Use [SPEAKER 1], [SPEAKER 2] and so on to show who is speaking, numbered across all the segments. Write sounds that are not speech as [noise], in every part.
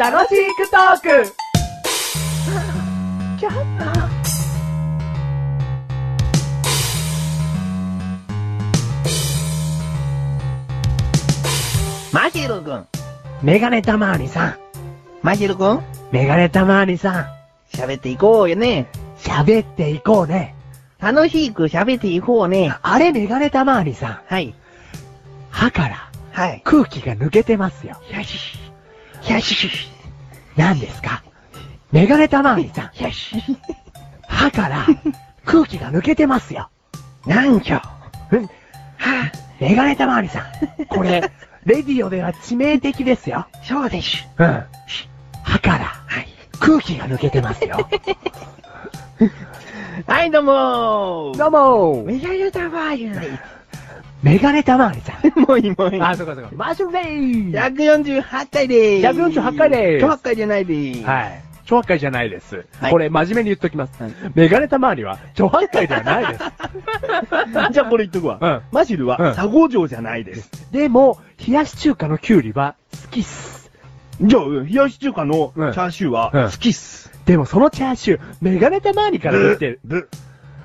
[SPEAKER 1] 楽しくトーク
[SPEAKER 2] マシル君、
[SPEAKER 3] メガネたまーにさん、
[SPEAKER 2] マシル君、
[SPEAKER 3] メガネたまーにさん、
[SPEAKER 2] 喋っていこうよね。
[SPEAKER 3] 喋っていこうね。
[SPEAKER 2] 楽しく喋っていこうね。
[SPEAKER 3] あれメガネたまーにさん、
[SPEAKER 2] はい、
[SPEAKER 3] 歯から
[SPEAKER 2] はい。
[SPEAKER 3] 空気が抜けてますよ。
[SPEAKER 2] よし、よし、
[SPEAKER 3] 何ですかメガネたまーにさん、
[SPEAKER 2] よし。
[SPEAKER 3] 歯から空気が抜けてますよ。
[SPEAKER 2] なんきょ。
[SPEAKER 3] うん
[SPEAKER 2] は
[SPEAKER 3] メガネたまーにさん、これ、レディオでは致命的ですよ。
[SPEAKER 2] あ、そうでしゅ。
[SPEAKER 3] うん。歯から
[SPEAKER 2] はい。
[SPEAKER 3] 空気が抜けてますよ。
[SPEAKER 2] はい、どうもー。
[SPEAKER 3] どうもー
[SPEAKER 2] メガネタバージ
[SPEAKER 3] メガネたまーにさん。
[SPEAKER 2] もういい、もういい。
[SPEAKER 3] あ、そうかそうか。マッシュルレイ
[SPEAKER 2] 148回でーす。
[SPEAKER 3] 148回でーす
[SPEAKER 2] 148回じゃないでーす。
[SPEAKER 3] はい。超破壊じゃないです。
[SPEAKER 2] はい
[SPEAKER 3] これ、真面目に言っときます。
[SPEAKER 2] はい
[SPEAKER 3] メガネたまわりは、超破壊ではないです。
[SPEAKER 2] [laughs] じゃあこれ言っとくわ。
[SPEAKER 3] うん
[SPEAKER 2] マシルは、
[SPEAKER 3] うん
[SPEAKER 2] 佐合城じゃないです。
[SPEAKER 3] でも、冷やし中華のキュウリは、好きっす。
[SPEAKER 2] じゃあ、冷やし中華のチ
[SPEAKER 3] う
[SPEAKER 2] ャ
[SPEAKER 3] ん
[SPEAKER 2] ーシュー
[SPEAKER 3] うん
[SPEAKER 2] は好きっす。
[SPEAKER 3] でも、そのチャーシュー、メガネたまわりから出てる。
[SPEAKER 2] ブ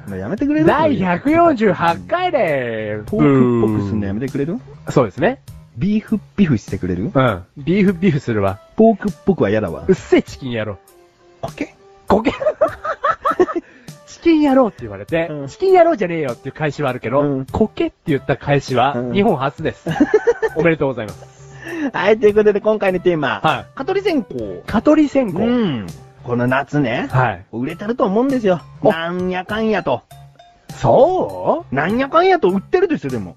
[SPEAKER 2] もうやめてくれる
[SPEAKER 3] 第148回でーす。
[SPEAKER 2] トークっぽくすんのやめてくれる
[SPEAKER 3] そうですね。
[SPEAKER 2] ビーフビフしてくれる
[SPEAKER 3] うん。ビーフビーフするわ。
[SPEAKER 2] ポークっぽくは嫌だわ
[SPEAKER 3] うっ。せえチキン野郎。
[SPEAKER 2] オッケ [laughs]
[SPEAKER 3] こけ。チキン野郎って言われて、
[SPEAKER 2] うん
[SPEAKER 3] チキン野郎じゃねえよっていう返しはあるけど、
[SPEAKER 2] うん
[SPEAKER 3] こけって言った返しは
[SPEAKER 2] う、ん
[SPEAKER 3] 日本
[SPEAKER 2] [laughs]
[SPEAKER 3] 初です。おめでとうございます。
[SPEAKER 2] ー [laughs] はい、ということで今回のテーマ。。
[SPEAKER 3] はい
[SPEAKER 2] 蚊取り線香。
[SPEAKER 3] 蚊取り線香。
[SPEAKER 2] うん。この夏ね。
[SPEAKER 3] はい。
[SPEAKER 2] 売れてると思うんですよ。
[SPEAKER 3] お
[SPEAKER 2] なんやかんやと。
[SPEAKER 3] そ
[SPEAKER 2] なんやかんやと売ってるですよ、でも。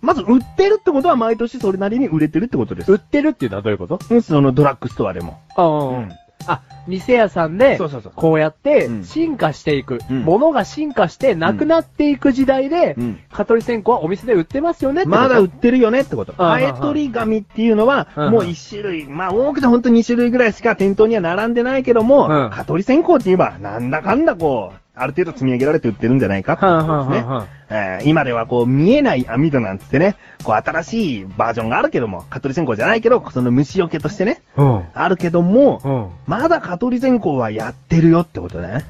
[SPEAKER 2] まず売ってるってことは毎年それなりに売れてるってことです
[SPEAKER 3] う売。ってるっていうのはどういうこと
[SPEAKER 2] うん、そのドラッグストアでも。
[SPEAKER 3] あ、
[SPEAKER 2] う
[SPEAKER 3] うん、。あ、店屋さんで
[SPEAKER 2] そ、うそうそう。
[SPEAKER 3] こうやって
[SPEAKER 2] うん
[SPEAKER 3] 進化していく、
[SPEAKER 2] うん
[SPEAKER 3] ものが進化してなくなっていく時代で、
[SPEAKER 2] うん。
[SPEAKER 3] 蚊取り線香はお店で売ってますよねってこと
[SPEAKER 2] まだ売ってるよねってこと。
[SPEAKER 3] あは
[SPEAKER 2] ハ
[SPEAKER 3] いは
[SPEAKER 2] エ
[SPEAKER 3] い
[SPEAKER 2] 取り紙っていうのは、
[SPEAKER 3] うんうん
[SPEAKER 2] もう一種類、まあ多くて本当に二種類ぐらいしか店頭には並んでないけども、
[SPEAKER 3] うん
[SPEAKER 2] 蚊取り線香って言えば、なんだかんだこう、ある程度積み上げられて売ってるんじゃないかって
[SPEAKER 3] はん
[SPEAKER 2] こ
[SPEAKER 3] は
[SPEAKER 2] と
[SPEAKER 3] ん
[SPEAKER 2] で
[SPEAKER 3] は
[SPEAKER 2] す
[SPEAKER 3] ん
[SPEAKER 2] ね。
[SPEAKER 3] はん。
[SPEAKER 2] えー今ではこう見えない網戸なんつってね、こう新しいバージョンがあるけども、蚊取り線香じゃないけど、その虫除けとしてね、
[SPEAKER 3] うん。
[SPEAKER 2] あるけども、
[SPEAKER 3] うん。
[SPEAKER 2] まだ蚊取り線香はやってるよってことだね。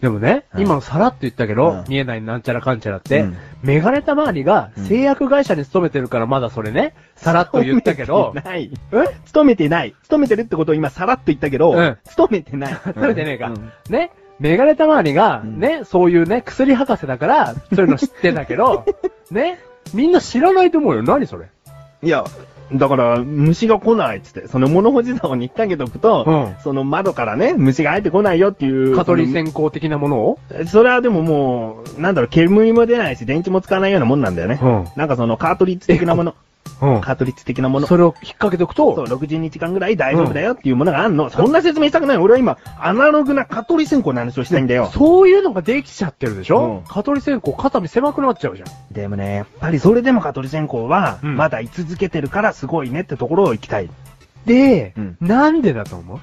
[SPEAKER 3] でもね、
[SPEAKER 2] うん
[SPEAKER 3] 今のさらっと言ったけど、
[SPEAKER 2] うん
[SPEAKER 3] 見えないなんちゃらかんちゃらって、
[SPEAKER 2] うん
[SPEAKER 3] メガネたまわりが製薬会社に勤めてるからまだそれね、さらっと言ったけど
[SPEAKER 2] 勤、めてない。
[SPEAKER 3] え
[SPEAKER 2] [laughs] 勤めてない。勤めてるってことを今さらっと言ったけど、
[SPEAKER 3] うん
[SPEAKER 2] 勤めてない。
[SPEAKER 3] [laughs] 勤めてねえか
[SPEAKER 2] うん
[SPEAKER 3] ね、メガネたまわりが、
[SPEAKER 2] うん
[SPEAKER 3] ね、そういうね、薬博士だ [laughs] から、そういうの知ってたけど、ね、みんな知らないと思うよ。何それ
[SPEAKER 2] いや、だから、虫が来ないっつって、その物干し竿に引っ掛けとくと、
[SPEAKER 3] うん
[SPEAKER 2] その窓からね、虫が入ってこないよっていう。
[SPEAKER 3] 蚊取り線香的なものを
[SPEAKER 2] そのそれはでももう、なんだろう、煙も出ないし、電池も使わないようなもんなんだよね。
[SPEAKER 3] うん
[SPEAKER 2] なんかその、カートリッジ的なもの。
[SPEAKER 3] うん
[SPEAKER 2] カートリッジ的なもの。
[SPEAKER 3] それを引っ掛けとく
[SPEAKER 2] そう、
[SPEAKER 3] と、
[SPEAKER 2] 60日間ぐらい大丈夫だよっていうものがあんの。そんな説明したくない。俺は今、アナログな蚊取り線香の話をしたいんだよ。
[SPEAKER 3] そういうのができちゃってるでし
[SPEAKER 2] う
[SPEAKER 3] ょ
[SPEAKER 2] ん
[SPEAKER 3] 蚊取り線香、肩身狭くなっちゃうじゃん。
[SPEAKER 2] でもね、やっぱりそれでも蚊取り線香は、
[SPEAKER 3] うん
[SPEAKER 2] まだ居続けてるからすごいねってところを行きたい。
[SPEAKER 3] で、
[SPEAKER 2] うん
[SPEAKER 3] なんでだと思う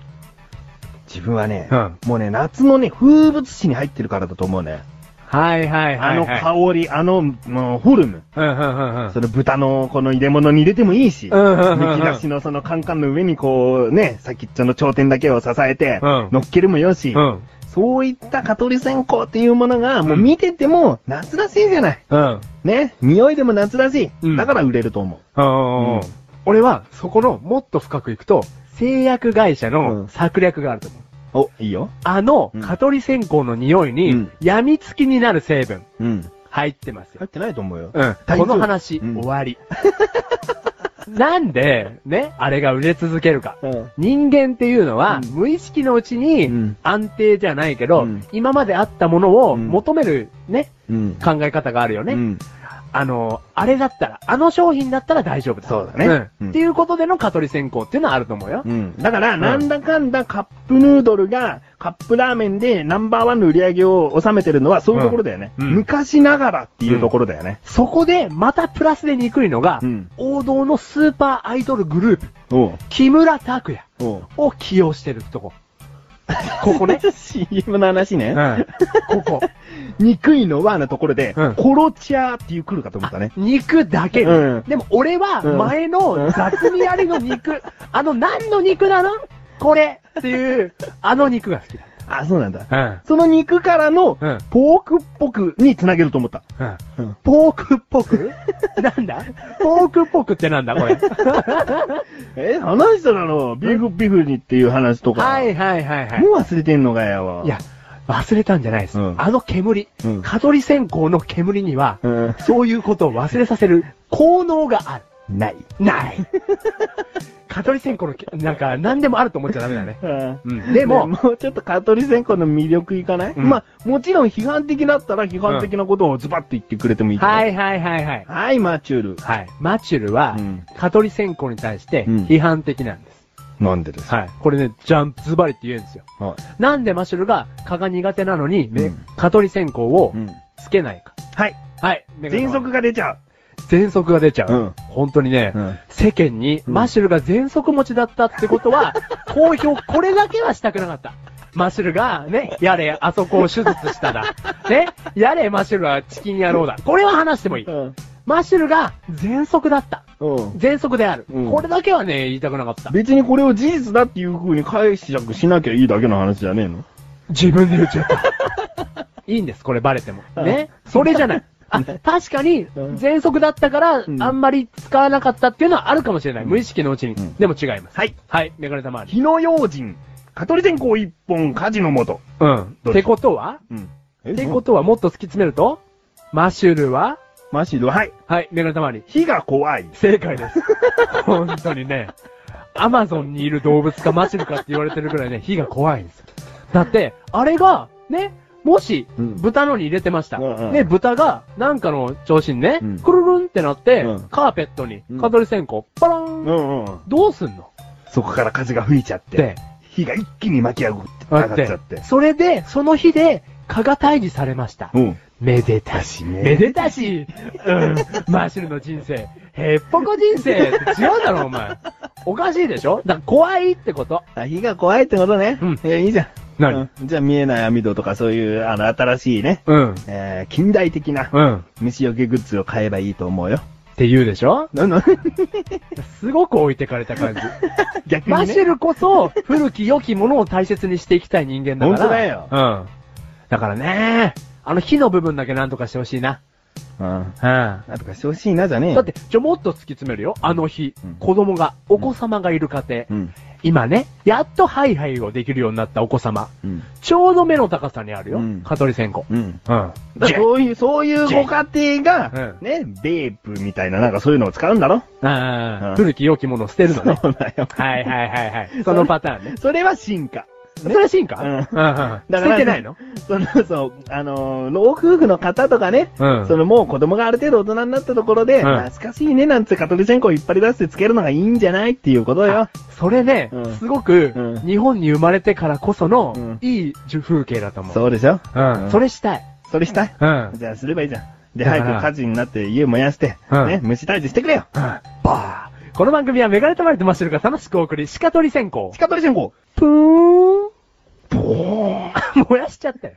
[SPEAKER 2] 自分はね、
[SPEAKER 3] うん
[SPEAKER 2] もうね、夏のね、風物詩に入ってるからだと思うね。
[SPEAKER 3] はいはい
[SPEAKER 2] あ
[SPEAKER 3] はい、
[SPEAKER 2] の
[SPEAKER 3] はい。
[SPEAKER 2] 香り、あの、もうフォルム。
[SPEAKER 3] うんうんうんうん。
[SPEAKER 2] その豚のこの入れ物に入れてもいいし、
[SPEAKER 3] うんうんうんうん
[SPEAKER 2] むき出しのそのカンカンの上にこうね、先っちょの頂点だけを支えて、
[SPEAKER 3] うん
[SPEAKER 2] 乗っけるもよし、
[SPEAKER 3] うん。
[SPEAKER 2] そういった蚊取り線香っていうものが、もううん見てても夏らしいじゃない。
[SPEAKER 3] うん。
[SPEAKER 2] ね、匂いでも夏らし
[SPEAKER 3] う
[SPEAKER 2] い。
[SPEAKER 3] ん
[SPEAKER 2] だから売れると思う。
[SPEAKER 3] うん俺は、そこの、もっと深くいくと、製薬会社
[SPEAKER 2] うん
[SPEAKER 3] の策略があると思う。
[SPEAKER 2] お、いいよ。
[SPEAKER 3] あの
[SPEAKER 2] うん、
[SPEAKER 3] 蚊取り線香の匂いうに
[SPEAKER 2] ん、
[SPEAKER 3] 病みつきになる成分、
[SPEAKER 2] うん。
[SPEAKER 3] 入ってます
[SPEAKER 2] 入
[SPEAKER 3] よ。
[SPEAKER 2] ってないと思うよ。
[SPEAKER 3] うん。
[SPEAKER 2] 大丈
[SPEAKER 3] こ
[SPEAKER 2] 夫
[SPEAKER 3] の話、
[SPEAKER 2] うん
[SPEAKER 3] 終わり。 [laughs] なんで、ね、あれが売れ続けるか。
[SPEAKER 2] うん。
[SPEAKER 3] 人間っていうのは、
[SPEAKER 2] うん
[SPEAKER 3] 無意識のうち
[SPEAKER 2] う
[SPEAKER 3] に
[SPEAKER 2] ん、
[SPEAKER 3] 安定じゃないけど、
[SPEAKER 2] うん
[SPEAKER 3] 今まであったものを
[SPEAKER 2] うん
[SPEAKER 3] 求めるね、
[SPEAKER 2] うん。
[SPEAKER 3] 考え方があるよね。
[SPEAKER 2] うん。
[SPEAKER 3] あの、あれだったら、あの商品だったら大丈夫だ。
[SPEAKER 2] そうだねうん
[SPEAKER 3] んっていうことでの蚊取り線香っていうのはあると思うよ。
[SPEAKER 2] うん。だから、なんだかんだカップヌードルが、カップラーメンでナンバーワンの売り上げを収めてるのは、そういうところだよね、
[SPEAKER 3] うんうん
[SPEAKER 2] 昔ながらっていうところだよね。
[SPEAKER 3] そこで、またプラスで憎いのが、
[SPEAKER 2] うん
[SPEAKER 3] 王道のスーパーアイドルグループ、
[SPEAKER 2] おう
[SPEAKER 3] 木村拓哉
[SPEAKER 2] おう
[SPEAKER 3] を起用してるとこ。こ
[SPEAKER 2] [laughs]
[SPEAKER 3] こね。
[SPEAKER 2] CM の話ね。
[SPEAKER 3] うん。ここ。
[SPEAKER 2] 憎いのはのところで、
[SPEAKER 3] うん
[SPEAKER 2] コロチャーっていう来るかと [laughs] 思ったね。
[SPEAKER 3] 肉だけに、
[SPEAKER 2] うん
[SPEAKER 3] でも俺は
[SPEAKER 2] うん
[SPEAKER 3] 前の雑にありの肉、 [laughs] あの何の肉なのこれっていう、あの肉が好きだ。
[SPEAKER 2] あ、そうなんだ。
[SPEAKER 3] うん。
[SPEAKER 2] その肉からの
[SPEAKER 3] うん、
[SPEAKER 2] ポークっぽくにつなげると思った。
[SPEAKER 3] うん。
[SPEAKER 2] うん
[SPEAKER 3] ポークっぽく [laughs] なんだポークっぽくってなんだこれ。
[SPEAKER 2] え、話したらの、ビーフビーフにっていう話とか。
[SPEAKER 3] はいはいはいは
[SPEAKER 2] もう忘れてんのかよ。
[SPEAKER 3] い。いや、、忘れたんじゃないです。
[SPEAKER 2] うん
[SPEAKER 3] あの煙、
[SPEAKER 2] うん
[SPEAKER 3] 蚊取り線香の煙には、
[SPEAKER 2] うん。
[SPEAKER 3] そういうことを忘れさせる効能がある。
[SPEAKER 2] ない。
[SPEAKER 3] ない。 [laughs] 蚊取り線香のけ、なんか何でもあると思っちゃダメだね。うん
[SPEAKER 2] で
[SPEAKER 3] で
[SPEAKER 2] も、
[SPEAKER 3] も
[SPEAKER 2] もうちょっとカトリセンコの魅力いかない、
[SPEAKER 3] うん
[SPEAKER 2] まあ、もちろん批判的だったら批判的なことをズバッと言ってくれてもいいけど
[SPEAKER 3] はいはいはいはい。
[SPEAKER 2] はい、マチュール。
[SPEAKER 3] はい。マチュルは、
[SPEAKER 2] うん
[SPEAKER 3] カトリ線香に対して
[SPEAKER 2] うん
[SPEAKER 3] 批判的なんです。
[SPEAKER 2] なんでです
[SPEAKER 3] はい。これね、ジャンプズバリって言うんですよ。
[SPEAKER 2] は
[SPEAKER 3] なんでマシュルが蚊が苦手なのに、
[SPEAKER 2] うん
[SPEAKER 3] 蚊取り線香を
[SPEAKER 2] い。うん。
[SPEAKER 3] つけないか。
[SPEAKER 2] はい。
[SPEAKER 3] はい。
[SPEAKER 2] 喘息が出ちゃう。
[SPEAKER 3] 喘息が出ちゃう。
[SPEAKER 2] うん
[SPEAKER 3] 本当にね、
[SPEAKER 2] うん
[SPEAKER 3] 世間に
[SPEAKER 2] うん
[SPEAKER 3] マシュルが喘息持ちだったってこと
[SPEAKER 2] [laughs]
[SPEAKER 3] は、公表これだけはしたくなかった。マシュルが、ね、やれ、あそこを手術し
[SPEAKER 2] [laughs]
[SPEAKER 3] ただ。ね、やれ、マシュルはチキン野郎だ。これは話してもいい。
[SPEAKER 2] うん。
[SPEAKER 3] マシュルが喘息だった。
[SPEAKER 2] うん。
[SPEAKER 3] 喘息である、
[SPEAKER 2] うん
[SPEAKER 3] これだけはね、言いたくなかった。
[SPEAKER 2] 別にこれを事実だっていう風に解釈しなきゃいいだけの話じゃねえの
[SPEAKER 3] 自分で言っちゃった。
[SPEAKER 2] [laughs]
[SPEAKER 3] いいんです、これバレても。ね。それじゃない。あ、確かに、
[SPEAKER 2] うん
[SPEAKER 3] 喘息だったから、
[SPEAKER 2] うん
[SPEAKER 3] あんまり使わなかったっていうのはあるかもしれない。無意識のうちに。
[SPEAKER 2] うん
[SPEAKER 3] でも違います。
[SPEAKER 2] はい。
[SPEAKER 3] はい、メガネたまわり。
[SPEAKER 2] 火の用心。カトリ線香一本、火事のもと。
[SPEAKER 3] う
[SPEAKER 2] ど
[SPEAKER 3] ん。っ
[SPEAKER 2] うで
[SPEAKER 3] て
[SPEAKER 2] しょ
[SPEAKER 3] ことは
[SPEAKER 2] うん。え、
[SPEAKER 3] ってことはもっと突き詰めるとマシュルは
[SPEAKER 2] マシル、はい。
[SPEAKER 3] はい、メガネたまわり。
[SPEAKER 2] 火が怖い。
[SPEAKER 3] 正解です。本当にね、アマゾンにいる動物かマシルかって言われてるぐらいね、火が怖いんですよ。だって、あれが、ね、もし、
[SPEAKER 2] うん
[SPEAKER 3] 豚のに入れてました。
[SPEAKER 2] うんうん
[SPEAKER 3] ね、豚が、なんかの調子にね、
[SPEAKER 2] うん
[SPEAKER 3] くるるんってなって、
[SPEAKER 2] うん
[SPEAKER 3] カーペットに
[SPEAKER 2] うん、
[SPEAKER 3] カトリ線香、パローン、
[SPEAKER 2] んうん。
[SPEAKER 3] どうすんの
[SPEAKER 2] そこから風が吹いちゃっ、
[SPEAKER 3] ってて、
[SPEAKER 2] 火が一気に巻き上がって、
[SPEAKER 3] あ
[SPEAKER 2] 上がっちゃって。
[SPEAKER 3] それで、その日で、蚊が退治されました。
[SPEAKER 2] うん。
[SPEAKER 3] めでたし、
[SPEAKER 2] ね
[SPEAKER 3] めでたし、うん、マッシュルの人生、へっぽこ人生って違うだろ、お前。おかしいでしょだから怖いってこと。
[SPEAKER 2] あ、火が怖いってことね。
[SPEAKER 3] うん
[SPEAKER 2] え、いいじゃん。
[SPEAKER 3] 何
[SPEAKER 2] うんじゃあ見えない網戸とかそういう、あの、新しいね、
[SPEAKER 3] うん。
[SPEAKER 2] えー、近代的な
[SPEAKER 3] うん。っ
[SPEAKER 2] 虫除けグッズを買えばいいと思うよ。
[SPEAKER 3] て言うでしょ
[SPEAKER 2] な、な、
[SPEAKER 3] すごく置いてかれた感じ。
[SPEAKER 2] [laughs] 逆
[SPEAKER 3] [laughs] マ
[SPEAKER 2] に
[SPEAKER 3] シ
[SPEAKER 2] ね
[SPEAKER 3] ュ。ルこそ、古き良きものを大切にしていきたい人間だか
[SPEAKER 2] 本
[SPEAKER 3] ら。
[SPEAKER 2] 当だよ
[SPEAKER 3] うん。だからね、あの火の部分だけなんとかしてほしいな。
[SPEAKER 2] うん。
[SPEAKER 3] うん。
[SPEAKER 2] なんとかしてほしいな、じゃねえよ
[SPEAKER 3] だって、ちょ、もっと突き詰めるよ。あの日、
[SPEAKER 2] うん
[SPEAKER 3] 子供が、お子様がいる家庭。
[SPEAKER 2] うん。
[SPEAKER 3] 今ね、やっとハイハイをできるようになったお子様。
[SPEAKER 2] うん。
[SPEAKER 3] ちょうど目の高さにあるよ。
[SPEAKER 2] うん
[SPEAKER 3] 蚊取り線香。
[SPEAKER 2] うん。
[SPEAKER 3] うん。
[SPEAKER 2] だからそういう、そういうご家庭が
[SPEAKER 3] う、ん
[SPEAKER 2] ね、ベープみたいな、なんかそういうのを使うんだろ
[SPEAKER 3] あ
[SPEAKER 2] うん
[SPEAKER 3] あ、古き良きものを捨てるのね。
[SPEAKER 2] そうだよ。
[SPEAKER 3] はいはいはい
[SPEAKER 2] [laughs]
[SPEAKER 3] はい。そのパターンね。
[SPEAKER 2] それは進化。
[SPEAKER 3] それは進化
[SPEAKER 2] うん
[SPEAKER 3] うん。
[SPEAKER 2] だ
[SPEAKER 3] 捨
[SPEAKER 2] から
[SPEAKER 3] ててないの
[SPEAKER 2] その、そう、あのー、老夫婦の方とかね、
[SPEAKER 3] うん
[SPEAKER 2] そのもう子供がある程度大人になったところで、
[SPEAKER 3] うん
[SPEAKER 2] 懐かしいねなんてカトリ線香引っ張り出してつけるのがいいんじゃないっていうことよ
[SPEAKER 3] あ。それね
[SPEAKER 2] うん、
[SPEAKER 3] すごく
[SPEAKER 2] うん、
[SPEAKER 3] 日本に生まれてからこその
[SPEAKER 2] うん、
[SPEAKER 3] いい風景だと思う。
[SPEAKER 2] そうでしょ
[SPEAKER 3] うん。それしたい。
[SPEAKER 2] それしたい
[SPEAKER 3] うん。
[SPEAKER 2] じゃあすればいいじゃん。で、
[SPEAKER 3] だか
[SPEAKER 2] 早
[SPEAKER 3] ら
[SPEAKER 2] く火事になって家燃やして、
[SPEAKER 3] うん
[SPEAKER 2] ね、虫退治してくれよ
[SPEAKER 3] バー。この番組はメガネたまりとマッシュルが楽しくお送り、鹿取り線香。
[SPEAKER 2] カトリ線香
[SPEAKER 3] ぷーん。
[SPEAKER 2] ボーン
[SPEAKER 3] [laughs] 燃やしちゃったよ。